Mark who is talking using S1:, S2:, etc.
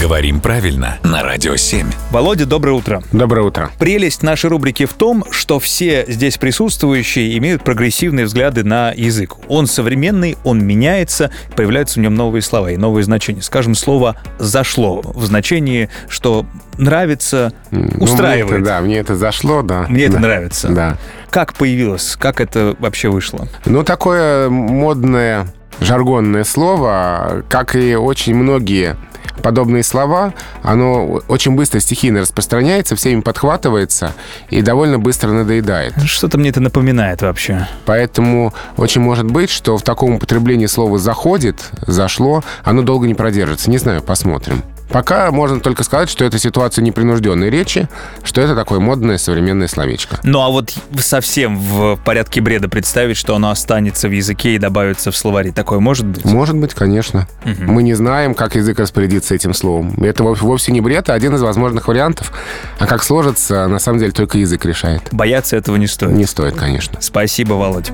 S1: Говорим правильно на Радио 7.
S2: Володя, доброе утро.
S3: Доброе утро.
S2: Прелесть нашей рубрики в том, что все здесь присутствующие имеют прогрессивные взгляды на язык. Он современный, он меняется, появляются в нем новые слова и новые значения. Скажем, слово «зашло» в значении, что нравится,
S3: Ну, мне
S2: Э, устраивает.
S3: это, да, мне это зашло, да.
S2: Мне это
S3: Да.
S2: нравится.
S3: Да.
S2: Как появилось? Как это вообще вышло?
S3: Ну, такое модное жаргонное слово, как и очень многие подобные слова, оно очень быстро стихийно распространяется, всеми подхватывается и довольно быстро надоедает.
S2: Ну, Что-то мне это напоминает вообще.
S3: Поэтому очень может быть, что в таком употреблении слова «заходит», «зашло», оно долго не продержится. Не знаю, посмотрим. Пока можно только сказать, что это ситуация непринужденной речи, что это такое модное современное словечко.
S2: Ну а вот совсем в порядке бреда представить, что оно останется в языке и добавится в словари. Такое может быть?
S3: Может быть, конечно. Мы не знаем, как язык распорядится этим словом. Это вов- вовсе не бред, а один из возможных вариантов. А как сложится, на самом деле только язык решает.
S2: Бояться этого не стоит.
S3: Не стоит, конечно.
S2: Спасибо, Володь.